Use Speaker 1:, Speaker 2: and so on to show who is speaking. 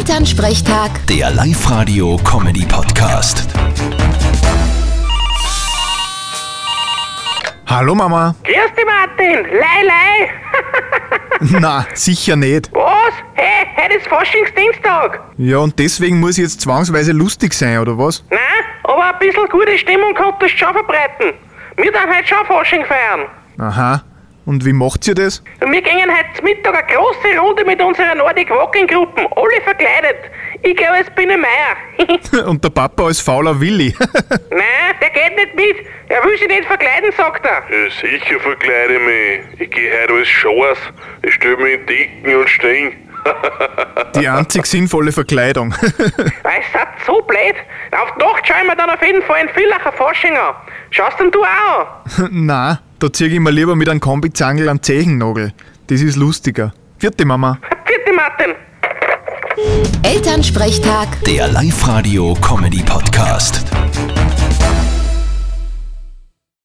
Speaker 1: Elternsprechtag,
Speaker 2: Der Live-Radio-Comedy-Podcast.
Speaker 3: Hallo Mama.
Speaker 4: Grüß dich, Martin. Lei, lei.
Speaker 3: Na, sicher nicht.
Speaker 4: Was? Hä? Hey, heute ist Faschingsdienstag.
Speaker 3: Ja, und deswegen muss ich jetzt zwangsweise lustig sein, oder was?
Speaker 4: Nein, aber ein bisschen gute Stimmung konntest du schon verbreiten. Wir dann heute schon Fasching feiern.
Speaker 3: Aha. Und wie macht ihr das?
Speaker 4: Und wir gingen heute Mittag eine große Runde mit unseren Nordic Walking Gruppen, alle verkleidet. Ich glaube, es bin ein Meier.
Speaker 3: Und der Papa als fauler Willi.
Speaker 4: Nein, der geht nicht mit. Er will sich nicht verkleiden, sagt er.
Speaker 5: Ja, Äh, sicher verkleide ich mich. Ich gehe heute als Schwarz. Ich stelle mich in Decken und Stehen.
Speaker 3: Die einzig sinnvolle Verkleidung.
Speaker 4: Weil es ist so blöd. Auf die Nacht schauen wir dann auf jeden Fall einen Villacher Fasching an. Schaust denn du auch an?
Speaker 3: Na, da zieh ich mir lieber mit einem Kombizangel an Zehennagel. Das ist lustiger. Vierte Mama.
Speaker 4: Vierte Martin.
Speaker 1: Elternsprechtag.
Speaker 2: Der Live-Radio-Comedy-Podcast.